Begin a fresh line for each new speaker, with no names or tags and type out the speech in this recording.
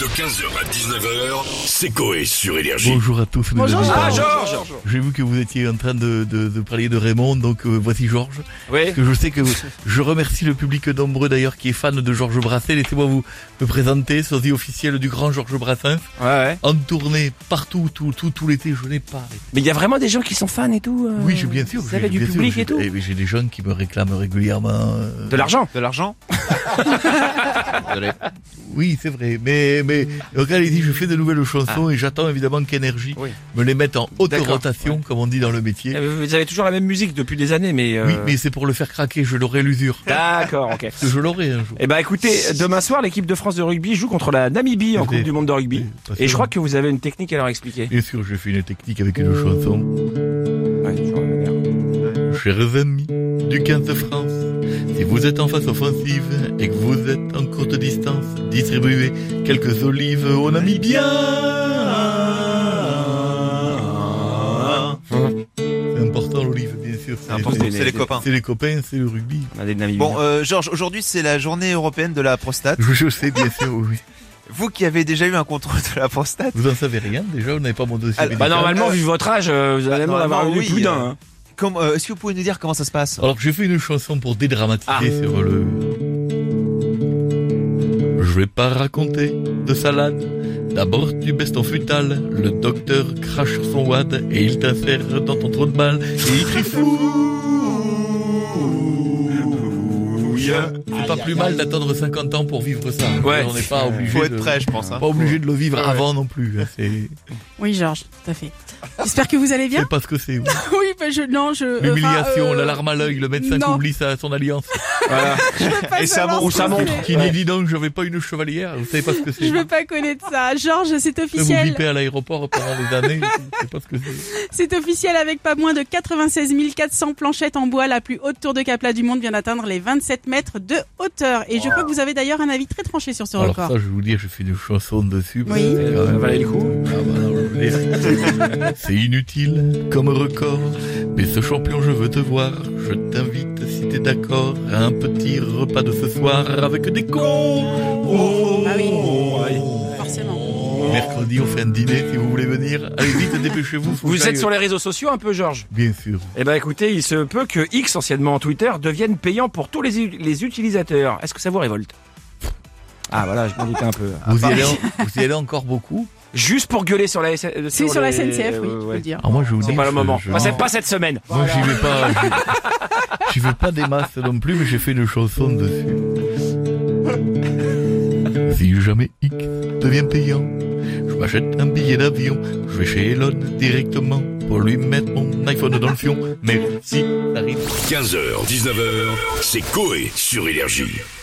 De 15h à 19h, c'est Coé sur Énergie.
Bonjour à tous. nous
Bonjour,
avons-
Georges.
Ah, Georges
J'ai vu que vous étiez en train de, de- de parler de Raymond, donc euh, voici Georges.
Oui.
Parce que je sais que vous- je remercie le public nombreux d'ailleurs qui est fan de Georges Brassens. Laissez-moi vous me présenter, sosie officiel du grand Georges Brassens.
Ouais, ouais.
En tournée partout, tout, tout, tout l'été, je n'ai pas arrêté.
Mais il y a vraiment des gens qui sont fans et tout. euh,
Oui, j'ai bien sûr.
Vous
j'ai-
avez du
bien sûr,
public
j'ai-
et tout.
mais J'ai des jeunes qui me réclament régulièrement. euh,
De l'argent.
De l'argent
Oui, c'est vrai. Mais, mais donc allez-y, je fais de nouvelles chansons et j'attends évidemment qu'Énergie
Mm. Ah. Oui.
me les mette en haute
D'accord,
rotation, comme on dit dans le métier.
Euh, Vous avez toujours la même musique depuis des années, mais. euh,
Oui, mais c'est pour le faire craquer, je l'aurai l'usure.
D'accord, ok.
Parce que je l'aurai un jour.
Eh ben écoutez, demain soir, l'équipe de France de rugby joue contre la Namibie en
Écoutez,
Coupe du Monde de rugby.
Parce
Et je crois que vous avez une technique à leur expliquer.
Bien sûr, j'ai fait une technique avec une chanson.
Ouais, toujours la même merde.
Chers amis du 15 de France, si vous êtes en face offensive et que vous êtes en courte distance, distribuez quelques olives au Namibien. C'est important l'olive, bien sûr. C'est
important.
c'est-
C'est les copains.
c'est les copains, c'est le rugby.
On a des Namibiens.
Bon, euh, Georges, aujourd'hui c'est la journée européenne de la prostate.
Je, je sais, bien sûr, oui.
Vous qui avez déjà eu un contrôle de la prostate,
Vous en savez rien, déjà, vous n'avez pas mon dossier
Alors,
bah
médical.
normalement,
euh,
vu votre âge, euh, vous
bah,
allez en avoir
normalement,
eu
oui,
plus d'un.
euh,
hein.
comme, euh, est-ce que vous pouvez nous dire comment ça se passe
Alors j'ai fait une chanson pour dédramatiser
Ah.
sur le. Je vais pas raconter de salade. D'abord tu baisses ton futal, le docteur crache sur son wad et il t'insère dans ton trou de balle et il crie fou. C'est pas plus mal d'attendre 50 ans pour vivre ça.
Ouais.
On n'est pas obligé.
euh,
Faut être
de-
prêt, je pense. hein.
Pas obligé de le vivre avant non plus. hein. C'est
Oui, Georges, tout à fait. J'espère que vous allez bien.
c'est pas ce que c'est.
Oui, bah, je, non, je. euh,
L'humiliation,
enfin, euh,
la larme à l'œil, le médecin qui
non.
oublie sa, son alliance.
Voilà.
je veux pas
Et ça
savoir
montre-
ce que
ça montre.
c'est.
Qui
Ouais.
dit dis donc, j'avais pas une chevalière, vous savez pas ce que c'est.
Je veux pas connaître ça. Georges, c'est
vous
officiel.
bipez à l'aéroport pendant des années, je sais pas ce que c'est.
C'est officiel avec pas moins de 96 400 planchettes en bois. La plus haute tour de Capla du monde vient d'atteindre les 27 mètres de hauteur. Et je crois que vous avez d'ailleurs un avis très tranché sur ce
Alors
record.
ça, je vais vous dire, je fais des chansons dessus. parce
Oui.
que c'est quand
Ça
même-
valait le coup.
Ah, bah, non, je veux dire, C'est inutile comme record, mais ce champion, je veux te voir. Je t'invite, si t'es d'accord, à un petit repas de ce soir avec des cons. Oh.
Ah oui. Forcément.
Mercredi, on fait un dîner, si vous voulez venir. Allez vite, dépêchez-vous. faut que
Vous
j'aille-
êtes sur les réseaux sociaux un peu, Georges
Bien sûr.
Eh ben écoutez, il se peut que X, anciennement Twitter, devienne payant pour tous les, u- les utilisateurs. Est-ce que ça vous révolte Ah voilà, je m'en doutais un peu.
Vous y, allez, en- vous y allez encore beaucoup
Juste pour gueuler sur la SNCF.
C'est sur la SNCF, oui,
ouais,
je peux
ouais.
le dire.
Alors Ah, moi, je vous dis.
C'est pas le
je-
moment.
je-
Enfin, c'est pas cette semaine.
Moi, j'y vais pas. j'y- J'y vais pas des masses non plus, mais j'ai fait une chanson dessus. Si jamais X devient payant, je m'achète un billet d'avion. Je vais chez Elon directement pour lui mettre mon iPhone dans le fion. Merci, ça arrive.
15h, 19h, c'est Coé sur Énergie.